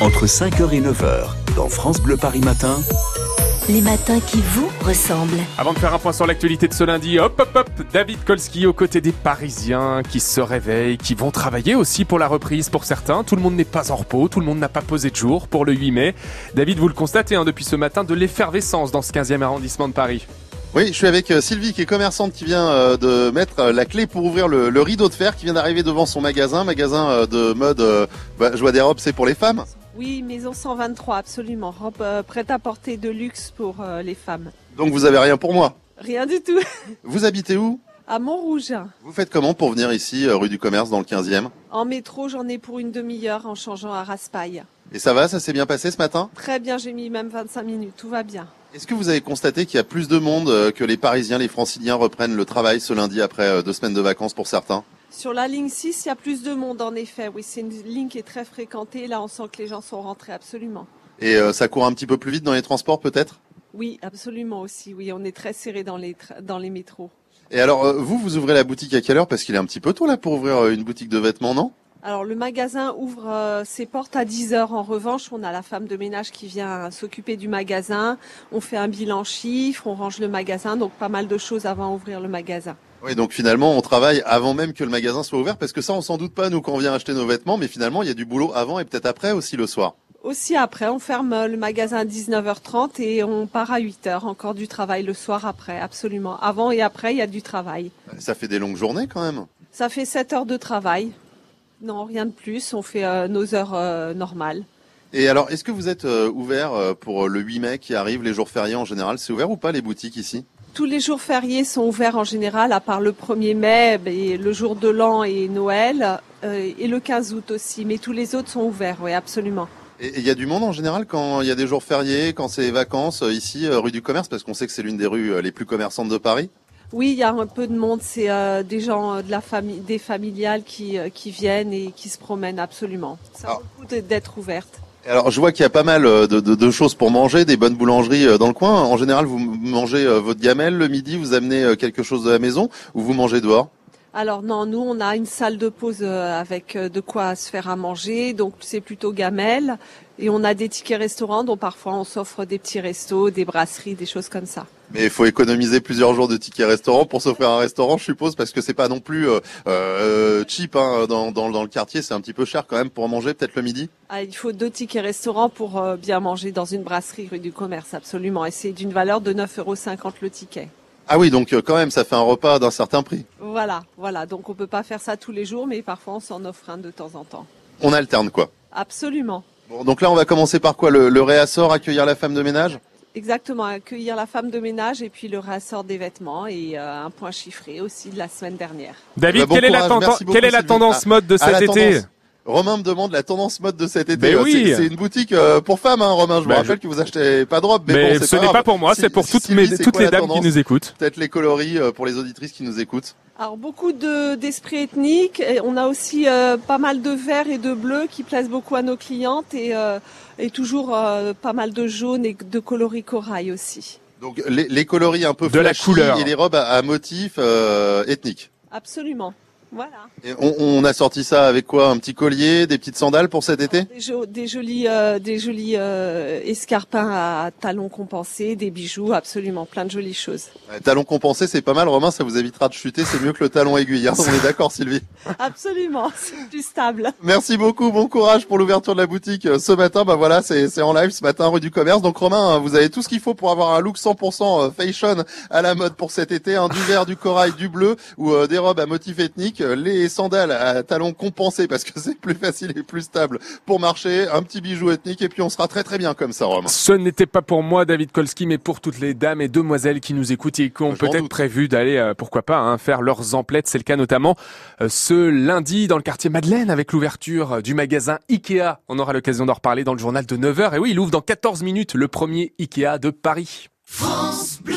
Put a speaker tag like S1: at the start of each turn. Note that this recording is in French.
S1: entre 5h et 9h dans France Bleu Paris Matin.
S2: Les matins qui vous ressemblent.
S3: Avant de faire un point sur l'actualité de ce lundi, hop hop hop, David Kolski aux côtés des Parisiens qui se réveillent, qui vont travailler aussi pour la reprise pour certains. Tout le monde n'est pas en repos, tout le monde n'a pas posé de jour pour le 8 mai. David, vous le constatez hein, depuis ce matin, de l'effervescence dans ce 15e arrondissement de Paris.
S4: Oui, je suis avec euh, Sylvie qui est commerçante qui vient euh, de mettre euh, la clé pour ouvrir le, le rideau de fer qui vient d'arriver devant son magasin, magasin euh, de mode, euh, bah, je vois des robes, c'est pour les femmes.
S5: Oui, maison 123, absolument. Robe euh, prête à porter de luxe pour euh, les femmes.
S4: Donc vous avez rien pour moi.
S5: Rien du tout.
S4: Vous habitez où
S5: À Montrouge,
S4: Vous faites comment pour venir ici euh, rue du Commerce dans le 15e
S5: en métro, j'en ai pour une demi-heure en changeant à Raspail.
S4: Et ça va, ça s'est bien passé ce matin
S5: Très bien, j'ai mis même 25 minutes, tout va bien.
S4: Est-ce que vous avez constaté qu'il y a plus de monde euh, que les Parisiens, les Franciliens reprennent le travail ce lundi après euh, deux semaines de vacances pour certains
S5: Sur la ligne 6, il y a plus de monde en effet. Oui, c'est une ligne qui est très fréquentée. Là, on sent que les gens sont rentrés absolument.
S4: Et euh, ça court un petit peu plus vite dans les transports peut-être
S5: Oui, absolument aussi. Oui, on est très serré dans les, tra- dans les métros.
S4: Et alors euh, vous, vous ouvrez la boutique à quelle heure Parce qu'il est un petit peu tôt là pour ouvrir euh, une boutique de vêtements, non
S5: Alors le magasin ouvre euh, ses portes à 10 heures. En revanche, on a la femme de ménage qui vient s'occuper du magasin. On fait un bilan chiffre, on range le magasin, donc pas mal de choses avant d'ouvrir le magasin.
S4: Oui, donc finalement, on travaille avant même que le magasin soit ouvert, parce que ça, on s'en doute pas, nous, quand on vient acheter nos vêtements, mais finalement, il y a du boulot avant et peut-être après aussi le soir.
S5: Aussi après, on ferme euh, le magasin à 19h30 et on part à 8h. Encore du travail le soir après, absolument. Avant et après, il y a du travail.
S4: Ça fait des longues journées quand même.
S5: Ça fait 7 heures de travail. Non, rien de plus. On fait euh, nos heures euh, normales.
S4: Et alors, est-ce que vous êtes euh, ouvert euh, pour le 8 mai qui arrive, les jours fériés en général C'est ouvert ou pas les boutiques ici
S5: Tous les jours fériés sont ouverts en général, à part le 1er mai, et le jour de l'an et Noël, euh, et le 15 août aussi. Mais tous les autres sont ouverts, oui, absolument.
S4: Et et il y a du monde en général quand il y a des jours fériés, quand c'est les vacances, euh, ici, euh, rue du Commerce, parce qu'on sait que c'est l'une des rues euh, les plus commerçantes de Paris.
S5: Oui, il y a un peu de monde, c'est euh, des gens euh, de la famille, des familiales qui, euh, qui viennent et qui se promènent, absolument. Ça
S4: Ah.
S5: vaut le coup d'être- d'être ouverte.
S4: Et alors, je vois qu'il y a pas mal euh, de, de- de choses pour manger, des bonnes boulangeries euh, dans le coin. En général, vous m- mangez euh, votre gamelle le midi, vous amenez euh, quelque chose de la maison ou vous mangez dehors
S5: Alors non, nous on a une salle de pause euh, avec euh, de quoi se faire à manger, donc c'est plutôt gamelle. Et on a des tickets restaurants, dont parfois on s'offre des petits restos, des brasseries, des choses comme ça.
S4: Mais il faut économiser plusieurs jours de tickets restaurant pour s'offrir un restaurant, je suppose, parce que c'est pas non plus euh, euh, cheap hein, dans, dans, dans le quartier. C'est un petit peu cher quand même pour manger, peut-être le midi.
S5: Ah, il faut deux tickets restaurants pour euh, bien manger dans une brasserie rue du commerce, absolument. Et c'est d'une valeur de 9,50 euros le ticket.
S4: Ah oui, donc euh, quand même, ça fait un repas d'un certain prix.
S5: Voilà, voilà. Donc on peut pas faire ça tous les jours, mais parfois on s'en offre un de temps en temps.
S4: On alterne quoi.
S5: Absolument.
S4: Bon, donc là, on va commencer par quoi le, le réassort, accueillir la femme de ménage.
S5: Exactement, accueillir la femme de ménage et puis le rassort des vêtements et euh, un point chiffré aussi de la semaine dernière.
S3: David,
S4: Bah, bon
S3: quelle, est la
S4: courage,
S3: tenta-
S4: merci beaucoup,
S3: quelle est la
S4: Sylvie. Ah,
S3: tendance mode de
S4: à
S3: cet
S4: la
S3: été
S4: tendance. Romain me demande la tendance mode de cet été.
S3: Mais
S4: Euh,
S3: oui.
S4: C'est c'est une boutique euh, pour femmes, hein, Romain. Je
S3: Bah,
S4: vous rappelle que vous achetez pas de robe, mais,
S3: Mais
S4: bon,
S3: ce
S4: c'est
S3: n'est
S4: pas,
S3: pas
S4: grave.
S3: pour moi,
S4: Si-
S3: c'est pour
S4: si-
S3: toutes,
S4: Sylvie,
S3: mes,
S4: c'est
S3: toutes
S4: quoi
S3: les
S4: la
S3: dames qui
S4: tendance
S3: nous écoutent.
S4: Peut-être les coloris euh, pour les auditrices qui nous écoutent.
S5: Alors beaucoup de d'esprit ethnique. Et on a aussi euh, pas mal de verts et de bleus qui plaisent beaucoup à nos clientes et, euh, et toujours euh, pas mal de jaune et de coloris corail aussi.
S4: Donc les, les coloris un peu
S3: De la
S4: flashy
S3: couleur.
S4: et les robes à, à motifs euh, ethniques.
S5: Absolument. Voilà.
S4: Et on, on a sorti ça avec quoi Un petit collier, des petites sandales pour cet été
S5: Des, jo- des jolis, euh, des jolis euh, escarpins à talons compensés, des bijoux, absolument, plein de jolies choses.
S4: Ouais, Talon compensé, c'est pas mal, Romain. Ça vous évitera de chuter. C'est mieux que le talon aiguille. hein, on est d'accord, Sylvie.
S5: Absolument, c'est plus stable.
S4: Merci beaucoup. Bon courage pour l'ouverture de la boutique euh, ce matin. Bah voilà, c'est c'est en live ce matin rue du Commerce. Donc Romain, hein, vous avez tout ce qu'il faut pour avoir un look 100% euh, fashion à la mode pour cet été. hein, du vert, du corail, du bleu ou euh, des robes à motifs ethniques, euh, les sandales à talons compensés parce que c'est plus facile et plus stable pour marcher. Un petit bijou ethnique et puis on sera très très bien comme ça, Romain.
S3: Ce n'était pas pour moi, David Kolski, mais pour toutes les dames et demoiselles qui nous écoutent et qui ont
S4: Bah, Je m'en
S3: peut-être
S4: doute.
S3: prévu d'aller, euh, pourquoi pas, hein, faire leurs emplettes. C'est le cas notamment euh, ce lundi dans le quartier Madeleine avec l'ouverture euh, du magasin Ikea. On aura l'occasion d'en reparler dans le journal de 9h. Et oui, il ouvre dans 14 minutes le premier Ikea de Paris.
S6: France Bleu.